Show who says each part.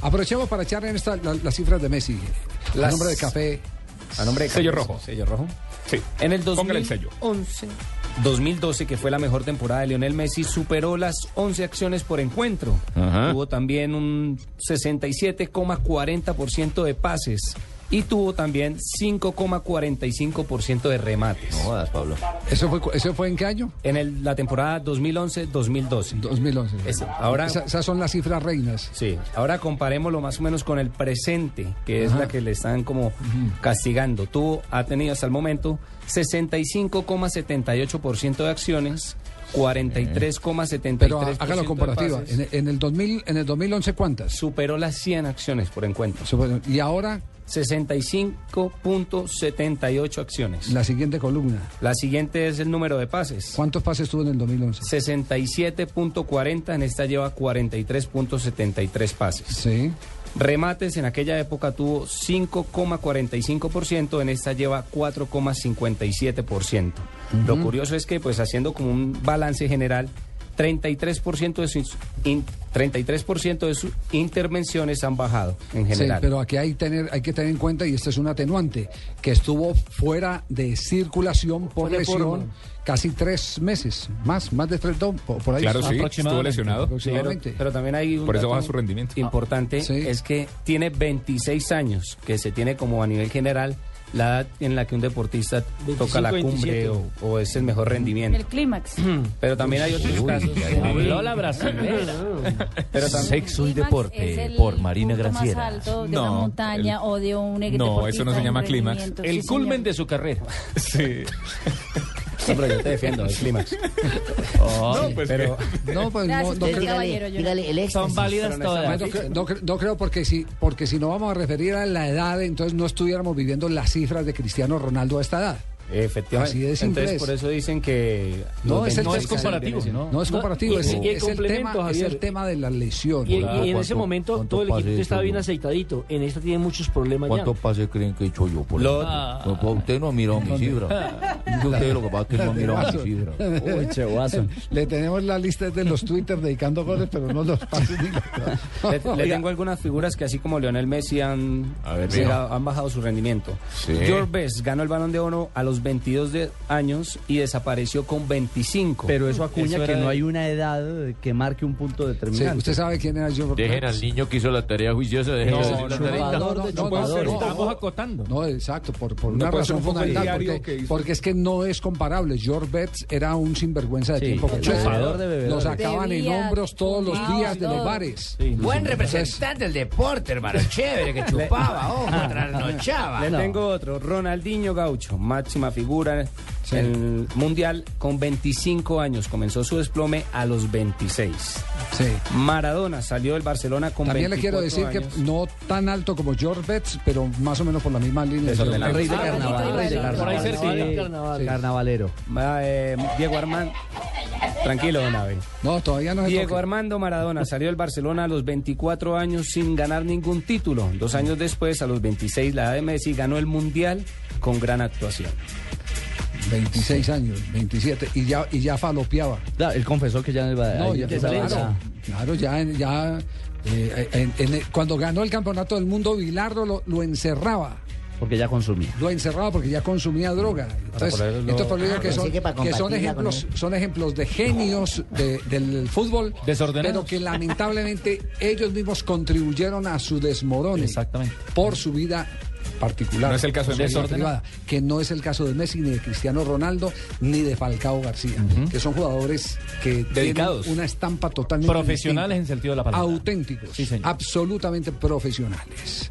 Speaker 1: Aprovechemos para echar en esta la- las cifras de Messi. El
Speaker 2: Las-
Speaker 1: nombre de café.
Speaker 2: A nombre de
Speaker 3: Sello
Speaker 2: Carlos.
Speaker 3: rojo.
Speaker 2: Sello rojo.
Speaker 3: Sí.
Speaker 2: En el
Speaker 3: Póngale el sello.
Speaker 2: 2011, 2012, que fue la mejor temporada de Lionel Messi, superó las 11 acciones por encuentro.
Speaker 3: Ajá.
Speaker 2: Tuvo también un 67,40% de pases. Y tuvo también 5,45% de remates.
Speaker 4: Pablo.
Speaker 1: ¿Eso fue, cu- ¿Eso fue en qué año?
Speaker 2: En el- la temporada 2011-2012.
Speaker 1: 2011.
Speaker 2: Es- ahora-
Speaker 1: Esa- esas son las cifras reinas.
Speaker 2: Sí, ahora comparémoslo más o menos con el presente, que es la que le están como castigando. Tuvo, ha tenido hasta el momento 65,78% de acciones, 43,73%.
Speaker 1: Pero ha- haga la comparativa.
Speaker 2: de pases.
Speaker 1: En, el- en el 2000, en el 2011, ¿cuántas?
Speaker 2: Superó las 100 acciones por encuentro.
Speaker 1: Supongo- Y ahora,
Speaker 2: 65,78 acciones. La,
Speaker 1: la siguiente columna.
Speaker 2: siguiente es el número de pases.
Speaker 1: ¿Cuántos pases tuvo en el 2011?
Speaker 2: 67.40, en esta lleva 43.73 pases.
Speaker 1: Sí.
Speaker 2: Remates en aquella época tuvo 5,45%, en esta lleva 4,57%. Lo curioso es que, pues haciendo como un balance general, 33% de sus, in- 33% de sus intervenciones han bajado en general.
Speaker 1: Sí, pero aquí hay, tener, hay que tener en cuenta, y este es un atenuante, que estuvo fuera de circulación por
Speaker 3: Fuera de forma.
Speaker 1: lesión casi tres meses, más, más de tres, dos, por, por ahí.
Speaker 3: Claro, sí. Estuvo
Speaker 1: Aproximadamente.
Speaker 3: lesionado.
Speaker 1: Aproximadamente.
Speaker 2: Pero también hay un
Speaker 3: Por eso
Speaker 2: dato
Speaker 3: baja su rendimiento.
Speaker 2: Importante
Speaker 1: Sí.
Speaker 2: es que tiene 26 años, que se tiene como a nivel general la edad en la que un deportista toca la cumbre o, o es el mejor rendimiento.
Speaker 5: El clímax.
Speaker 2: Pero también hay otros casos.
Speaker 6: Habló la brasilera.
Speaker 2: Pero también,
Speaker 4: Sexo y
Speaker 5: Clímax es
Speaker 4: deporte
Speaker 5: el
Speaker 4: por Marina
Speaker 5: punto
Speaker 4: Graciela.
Speaker 5: Más alto de
Speaker 3: No,
Speaker 5: una montaña
Speaker 3: el-
Speaker 5: o de un
Speaker 3: no, eso no se llama clímax.
Speaker 6: El culmen de su carrera.
Speaker 3: Sí.
Speaker 2: No, pero yo te defiendo, el clímax.
Speaker 3: No, pues
Speaker 2: pero-
Speaker 3: que-
Speaker 1: No, pues no,
Speaker 5: Gracias,
Speaker 1: no
Speaker 5: usted
Speaker 1: creo-
Speaker 5: caballero, yo no-
Speaker 7: el
Speaker 6: Son válidas todas.
Speaker 1: no creo- no creo- no creo porque si, porque si no vamos a referir a la edad, entonces no estuviéramos viviendo las cifras de Cristiano Ronaldo a esta edad.
Speaker 2: Efectivamente.
Speaker 1: Así de simple
Speaker 2: Entonces,
Speaker 1: es.
Speaker 2: por eso dicen que.
Speaker 1: No,
Speaker 2: los
Speaker 1: es el
Speaker 2: 26
Speaker 6: No es
Speaker 1: Exacto.
Speaker 6: comparativo.
Speaker 2: viene siendo-
Speaker 1: No es
Speaker 6: No,
Speaker 1: comparativo,
Speaker 6: y-
Speaker 1: es,
Speaker 6: y el
Speaker 1: es el
Speaker 6: complemento,
Speaker 1: tema, es el
Speaker 6: Javier.
Speaker 1: tema de la lesión.
Speaker 6: Y, y
Speaker 4: Claro,
Speaker 6: en
Speaker 4: ¿cuánto-
Speaker 6: ese momento
Speaker 4: cuánto
Speaker 6: todo el equipo
Speaker 4: pase
Speaker 6: estaba
Speaker 4: hizo?
Speaker 6: bien aceitadito. En esta tiene muchos problemas ya.
Speaker 4: ¿Cuántos pases creen que he hecho yo por
Speaker 2: Lo-
Speaker 4: ahí? No, pues, usted no ha mirado mi cifra. Es que usted lo que pasa es que no ha mirado mi cifra.
Speaker 1: pues, Le tenemos la lista de los Twitter dedicando goles, pero no los pases. ni los-
Speaker 2: Le, le tengo algunas figuras que así como Leonel Messi han,
Speaker 3: A ver,
Speaker 2: sí,
Speaker 3: vea.
Speaker 2: ha- han bajado su rendimiento.
Speaker 3: Sí.
Speaker 2: George Best ganó el balón de oro a los 22 de- años y desapareció con 25.
Speaker 8: Pero eso acuña
Speaker 6: Eso era
Speaker 8: que no
Speaker 6: de-
Speaker 8: hay una edad eh, que marque un punto
Speaker 1: Sí,
Speaker 8: determinante.
Speaker 1: usted sabe quién era George
Speaker 4: Dejen al niño que hizo la tarea juiciosa, dejen
Speaker 1: No,
Speaker 4: de decir la
Speaker 1: no,
Speaker 4: tarea.
Speaker 1: no, no, no,
Speaker 3: puede
Speaker 1: no,
Speaker 3: ser,
Speaker 1: no,
Speaker 3: estamos
Speaker 1: no.
Speaker 3: acotando.
Speaker 1: No, exacto, por, por
Speaker 3: No
Speaker 1: una
Speaker 3: puede ser
Speaker 1: razón
Speaker 3: un poco el
Speaker 1: fundamental,
Speaker 3: diario
Speaker 1: porque,
Speaker 3: que hizo.
Speaker 1: porque es que no es comparable. George Betts era un sinvergüenza de
Speaker 8: Sí,
Speaker 1: tiempo.
Speaker 8: el
Speaker 1: completo.
Speaker 8: chupador de bebedores.
Speaker 1: Lo sacaban en
Speaker 5: Bebía,
Speaker 1: hombros todos los
Speaker 5: fumaba,
Speaker 1: días de los
Speaker 5: todo.
Speaker 1: bares.
Speaker 9: Buen representante del deporte, hermano. Chévere, que chupaba, ojo, trasnochaba.
Speaker 2: Ah. Le tengo otro, Ronaldinho Gaucho, máxima figura en el mundial, con 25 años. Comenzó su desplome a los 26.
Speaker 1: Sí.
Speaker 2: Maradona salió del Barcelona con
Speaker 1: También le quiero decir
Speaker 2: 24
Speaker 1: que
Speaker 2: años.
Speaker 1: no tan alto como George Betts, pero más o menos por la misma línea. de George
Speaker 2: Desordenado.
Speaker 1: Betts.
Speaker 8: Rey de
Speaker 6: Ah,
Speaker 8: carnaval.
Speaker 6: Rey de Carnaval. Por ahí cerquita.
Speaker 8: Sí,
Speaker 1: Sí.
Speaker 8: Carnavalero.
Speaker 2: Va, eh, Diego Armando. Tranquilo, don Abe.
Speaker 1: No, todavía no es
Speaker 2: Diego Armando Maradona salió del Barcelona a los 24 años sin ganar ningún título. Dos años después, a los 26, la edad de Messi ganó el mundial con gran actuación.
Speaker 1: 26 años, 27, y ya, y ya falopeaba.
Speaker 8: Da, él confesó que ya en el
Speaker 1: No,
Speaker 8: ahí
Speaker 1: ya,
Speaker 8: empieza la
Speaker 1: claro,
Speaker 8: avanzada.
Speaker 1: claro, ya, en- ya eh, en- en el- cuando ganó el campeonato del mundo, Bilardo lo, lo encerraba.
Speaker 8: porque ya consumía.
Speaker 1: lo encerraba porque ya consumía droga. Entonces,
Speaker 2: ponerlo-
Speaker 1: entonces por eso digo
Speaker 5: Ah,
Speaker 1: que
Speaker 5: pensé
Speaker 1: son,
Speaker 5: que para
Speaker 1: que son
Speaker 5: compartirla con
Speaker 1: ejemplos, son ejemplos de genios de- del fútbol,
Speaker 3: Desordenados.
Speaker 1: pero que lamentablemente ellos mismos contribuyeron a su desmorone
Speaker 3: Exactamente.
Speaker 1: por su vida particular.
Speaker 3: No es el caso de
Speaker 1: su vida
Speaker 3: Messi.
Speaker 1: privada, que no es el caso de Messi, ni de Cristiano Ronaldo, ni de Falcao García, que son jugadores que
Speaker 3: Dedicados.
Speaker 1: tienen una estampa totalmente
Speaker 3: Profesionales en sentido de la palabra.
Speaker 1: auténticos,
Speaker 3: Sí, señor.
Speaker 1: absolutamente profesionales.